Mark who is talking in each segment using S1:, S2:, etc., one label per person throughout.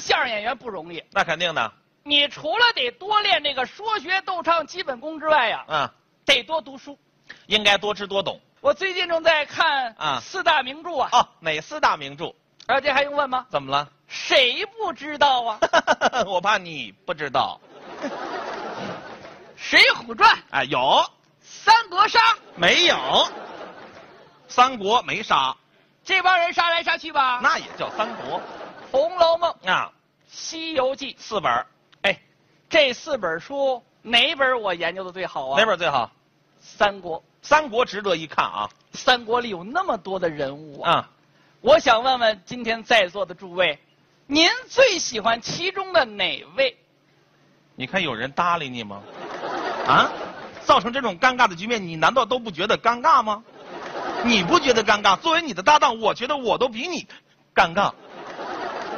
S1: 相声演员不容易，
S2: 那肯定的，
S1: 你除了得多练这个说学逗唱基本功之外呀，
S2: 嗯，
S1: 得多读书。
S2: 应该多知多懂
S1: 我最近正在看
S2: 啊
S1: 四大名著啊，
S2: 哦。哪四大名著？
S1: 啊，这还用问吗？
S2: 怎么了？
S1: 谁不知道啊？
S2: 我怕你不知道。
S1: 《水浒传》《
S2: 哎，有
S1: 三国杀》，
S2: 没有？三国没杀，
S1: 这帮人杀来杀去吧。
S2: 那也叫三国
S1: 《红楼梦》《
S2: 啊，
S1: 西游记》，
S2: 四本儿
S1: 哎，这四本书哪本我研究的最好啊？
S2: 哪？本最好？
S1: 三国。
S2: 三国值得一看啊！
S1: 三国里有那么多的人物啊，
S2: 啊，
S1: 我想问问今天在座的诸位，您最喜欢其中的哪位？
S2: 你看有人搭理你吗？啊，造成这种尴尬的局面，你难道都不觉得尴尬吗？你不觉得尴尬？作为你的搭档，我觉得我都比你尴尬。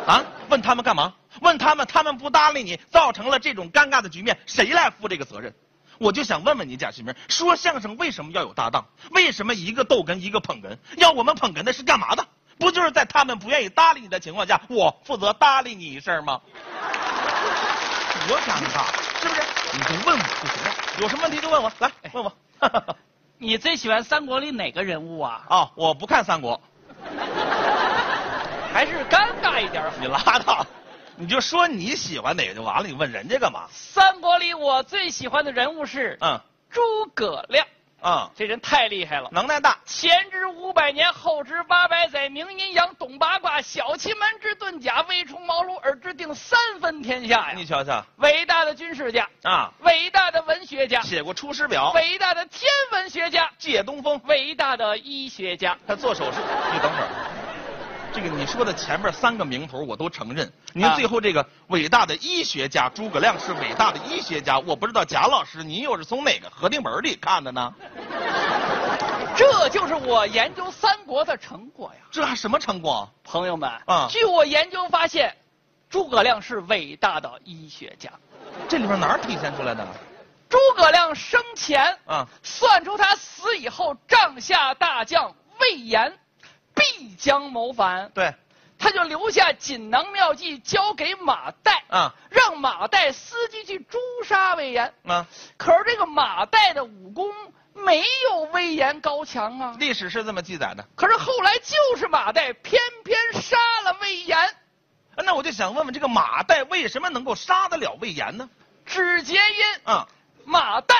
S2: 啊，问他们干嘛？问他们，他们不搭理你，造成了这种尴尬的局面，谁来负这个责任？我就想问问你，贾旭明，说相声为什么要有搭档？为什么一个逗哏，一个捧哏？要我们捧哏的是干嘛的？不就是在他们不愿意搭理你的情况下，我负责搭理你一事儿吗？多尴尬，是不是？你就问我就行了，有什么问题就问我，来问我。
S1: 你最喜欢三国里哪个人物啊？
S2: 啊，我不看三国，
S1: 还是尴尬一点好。
S2: 你拉倒，你就说你喜欢哪个就完了，你问人家干嘛？
S1: 三国里我最喜欢的人物是
S2: 嗯
S1: 诸葛亮，
S2: 嗯，
S1: 这人太厉害了。
S2: 能耐大，
S1: 前知五百年，后知八百载，明阴阳，懂八卦，小奇门之遁甲，未出茅庐而知定三分天下
S2: 你
S1: 呀！
S2: 瞧瞧
S1: 伟大的军事家，
S2: 啊，
S1: 伟大的文学家，
S2: 写过《出师表》《
S1: 伟大的天文学家，
S2: 借东风》，
S1: 伟大的医学家。
S2: 他做手术。你等会儿，这个你说的前面三个名头我都承认，您
S1: 啊
S2: 最后这个伟大的医学家诸葛亮是伟大的医学家，我不知道贾老师您又是从哪个核定本里看的呢？
S1: 这就是我研究三国的成果呀，
S2: 这还什么成果？
S1: 朋友们。
S2: 啊
S1: 据我研究发现，诸葛亮是伟大的医学家。
S2: 这里面哪儿体现出来的？
S1: 诸葛亮生前
S2: 啊，
S1: 算出他死以后，帐下大将魏延必将谋反，
S2: 对，
S1: 他就留下锦囊妙计交给马岱，
S2: 啊
S1: 让马岱伺机去诛杀魏延。
S2: 啊，
S1: 可是这个马岱的武功没有魏延高强啊，
S2: 历史是这么记载的。
S1: 可是后来就是马岱偏偏杀了魏延，
S2: 啊那我就想问问，这个马岱为什么能够杀得了魏延呢？
S1: 只结因
S2: 啊，
S1: 马岱，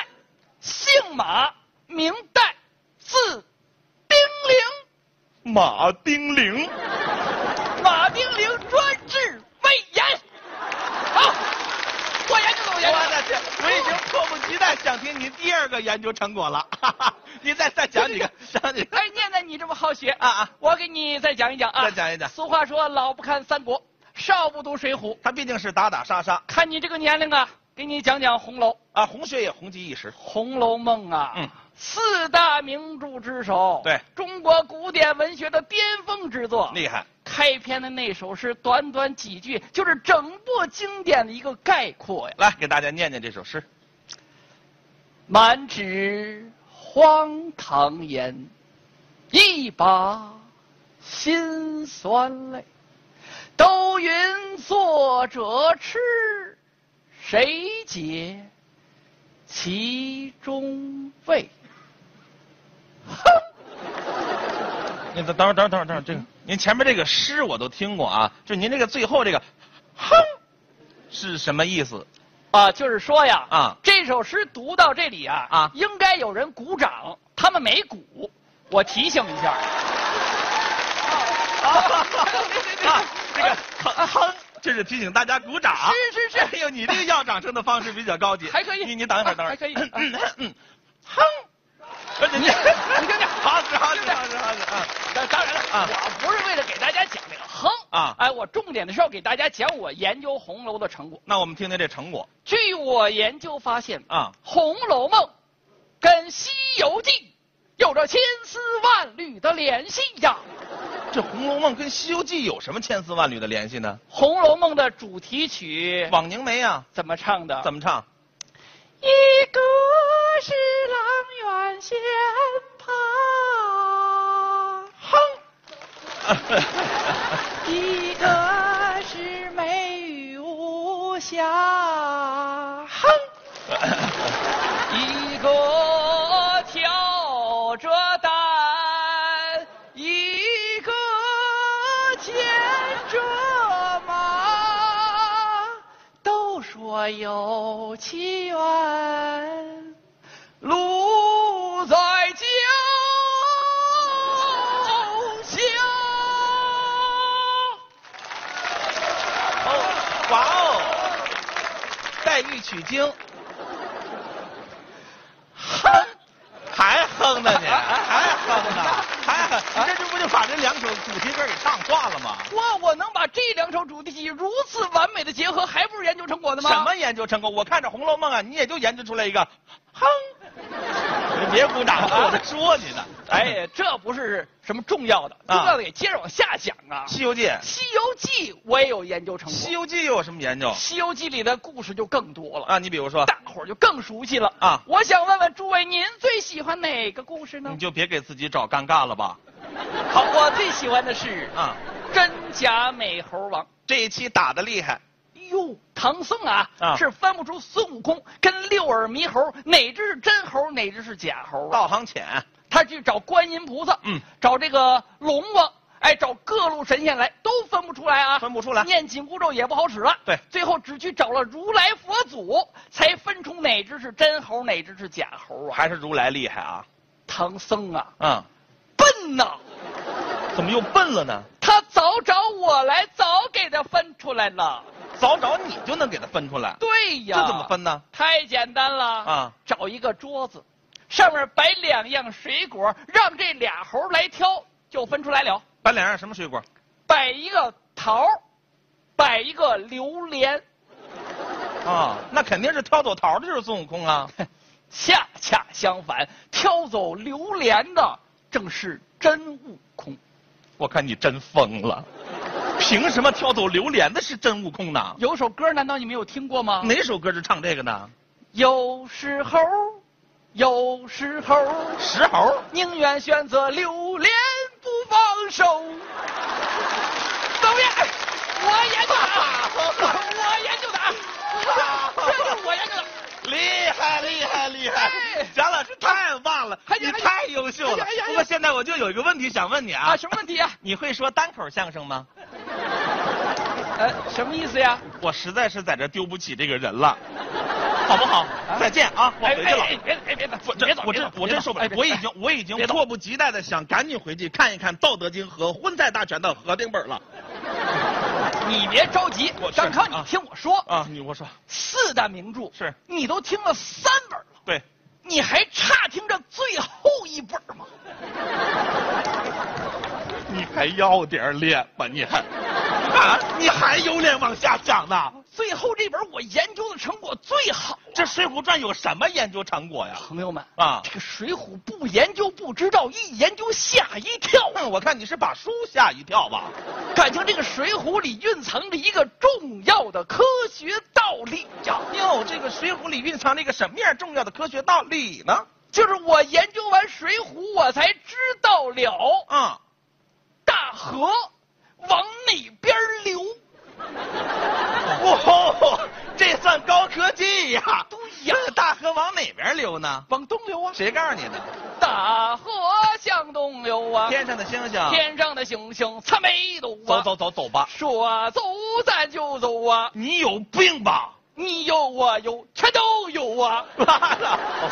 S1: 姓马，名岱，字丁玲。
S2: 马丁玲，
S1: 马丁玲专治胃炎。好，我研究的我研究
S2: 哇，
S1: 的
S2: 那这我已经迫不及待想听你第二个研究成果了。 哈哈，你再再讲 几个，讲几个
S1: 哎，念念你这么好学
S2: 啊
S1: 啊，
S2: 啊！
S1: 我给你再讲一讲啊。
S2: 再讲一讲
S1: 俗话说，老不看三国，少不读水浒。
S2: 他毕竟是打打杀杀
S1: 看你这个年龄啊，给你讲讲红楼，《
S2: 啊，红学也红极一时。
S1: 红楼梦》啊，
S2: 嗯，
S1: 四大名著之首，
S2: 对
S1: 中国古典文学的巅峰之作。
S2: 厉害，
S1: 开篇的那首诗，短短几句，就是整部经典的一个概括呀。
S2: 来给大家念念这首诗。
S1: 满纸荒唐言，一把辛酸泪。都云作者痴，谁解其中味？
S2: 那等等会儿，等会儿，等会儿，等会儿，这个您前面这个诗我都听过啊，就您这个最后这个，哼，是什么意思
S1: 啊，就是说呀，
S2: 啊
S1: 这首诗读到这里啊，
S2: 啊
S1: 应该有人鼓掌，他们没鼓，我提醒一下。
S2: 啊，这个哼哼，这是提醒大家鼓掌。
S1: 是是
S2: 哎呦，你这个要掌声的方式比较高级，
S1: 还可以
S2: 你你等一会儿，等一会儿，
S1: 还可以
S2: 嗯嗯嗯，
S1: 哼，
S2: 哎你你
S1: 你听听
S2: 好使好使好使好使啊！
S1: 当当然了，
S2: 啊
S1: 我不是为了给大家讲这个哼
S2: 啊
S1: 哎，我重点的是要给大家讲我研究红楼的成果。
S2: 那我们听听这成果
S1: 据我研究发现，《
S2: 啊，
S1: 红楼梦》跟《西游记》有着千丝万缕的联系呀。
S2: 这《红楼梦》跟《西游记》有什么千丝万缕的联系呢？
S1: 《红楼梦》的主题曲
S2: 枉凝眉啊，
S1: 怎么唱的？
S2: 怎么唱？
S1: 一个是阆苑仙葩，哼；一个是美下，哼， 一个挑着担，一个肩着马，都说有奇缘，路在脚下。
S2: 哦，哇哦，黛玉取经，哼，还哼呢
S1: 啊
S2: 你，还哼 呢，还哼，你这就不就把这两首主题歌给唱化了吗？
S1: 哇，我能把这两首主题曲如此完美的结合，还不是研究成果的吗？
S2: 什么研究成果？我看着《红楼梦》啊，你也就研究出来一个，哼，你别鼓掌了，我在说你呢。
S1: 啊哎呀，这不是什么重要的，重
S2: 啊
S1: 要的也接着往下讲啊。
S2: 《西游记》，《
S1: 西游记》我也有研究成果，
S2: 西游记》又有什么研究
S1: 西游记》里的故事就更多了，
S2: 啊？你比如说，
S1: 大伙儿就更熟悉了
S2: 啊
S1: 我想问问诸位，您最喜欢哪个故事呢
S2: 你？就别给自己找尴尬了吧。
S1: 好，我最喜欢的是
S2: 啊，
S1: 真假美猴王。
S2: 这一期打的厉害，
S1: 哟，唐僧啊，
S2: 啊
S1: 是分不出孙悟空跟六耳猕猴哪只是真猴，哪只是假猴啊。
S2: 道行浅，
S1: 他去找观音菩萨，
S2: 哦嗯，
S1: 找这个龙王，哎，找各路神仙来，都分不出来啊，
S2: 分不出来
S1: 念紧箍咒也不好使了，
S2: 对
S1: 最后只去找了如来佛祖，才分出哪只是真猴，哪只是假猴啊。
S2: 还是如来厉害啊。
S1: 唐僧啊，
S2: 嗯，
S1: 笨呐、
S2: 怎么又笨了呢？
S1: 他早找我来，早给他分出来了。
S2: 早找你就能给他分出来，
S1: 对
S2: 这
S1: 呀，
S2: 怎么？分呢？
S1: 太简单了
S2: 啊！
S1: 找一个桌子，上面摆两样水果，让这俩猴来挑，就分出来了。
S2: 摆两样什么水果？
S1: 摆一个桃儿，摆一个榴莲，
S2: 啊，那肯定是挑走桃的就是孙悟空啊。
S1: 恰恰相反，挑走榴莲的正是真悟空。
S2: 我看你真疯了，凭什么挑走榴莲的是真悟空呢？
S1: 有首歌，难道你没有听过吗？
S2: 哪首歌是唱这个呢？
S1: 有时候，有时候，
S2: 石猴。
S1: 宁愿选择榴莲不放手。怎么样？我研究的啊，我研究的啊，这是我研究的。
S2: 厉害厉害厉害
S1: 哎！
S2: 贾老师太棒了，
S1: 哎呀
S2: 你
S1: 哎呀
S2: 太优秀了
S1: 哎呀哎呀哎呀。
S2: 不过现在我就有一个问题想问你啊
S1: 啊，，什么问题啊？
S2: 你会说单口相声吗？
S1: 呃，什么意思呀？
S2: 我实在是在这丢不起这个人了，好不好？再见啊，我
S1: 哎
S2: 回去了。
S1: 哎哎别别别走，
S2: 我
S1: 别
S2: 这
S1: 走，
S2: 我
S1: 别
S2: 这
S1: 走
S2: 我真受不了，哎我已经我已经
S1: 别走
S2: 迫不及待的想赶紧回去看一看《道德经》和《荤菜大全》的合订本了
S1: 哎你别着急，
S2: 我
S1: 张康，
S2: 是
S1: 你
S2: 啊
S1: 听我说，
S2: 啊！你我说
S1: 四大名著
S2: 是
S1: 你都听了三本了，
S2: 对，
S1: 你还差听这最后一本吗？
S2: 你还要点脸吧？你还啊？你还有脸往下讲呢？
S1: 最后这本我研究的成果最好。
S2: 这《水浒传》有什么研究成果呀？
S1: 朋友们
S2: 啊
S1: 这个《水浒》不研究不知道，一研究吓一跳。啊
S2: 哼，我看你是把书吓一跳吧？
S1: 感情这个《水浒》里蕴藏着一个重要的科学道理呀。
S2: 哟，这个《水浒》里蕴藏了一个什么样重要的科学道理呢？
S1: 就是我研究完《水浒》，我才知道了
S2: 啊，
S1: 大河往哪边流。
S2: 哦，这算高科技呀！
S1: 对呀
S2: 这大河往哪边流呢？
S1: 往东流啊！
S2: 谁告诉你的？
S1: 大河向东流啊！
S2: 天上的星星。
S1: 天上的星星参北斗啊！
S2: 走走，走走吧，
S1: 说走咱就走啊！
S2: 你有病吧？
S1: 你有我有，全都有啊！
S2: 完了，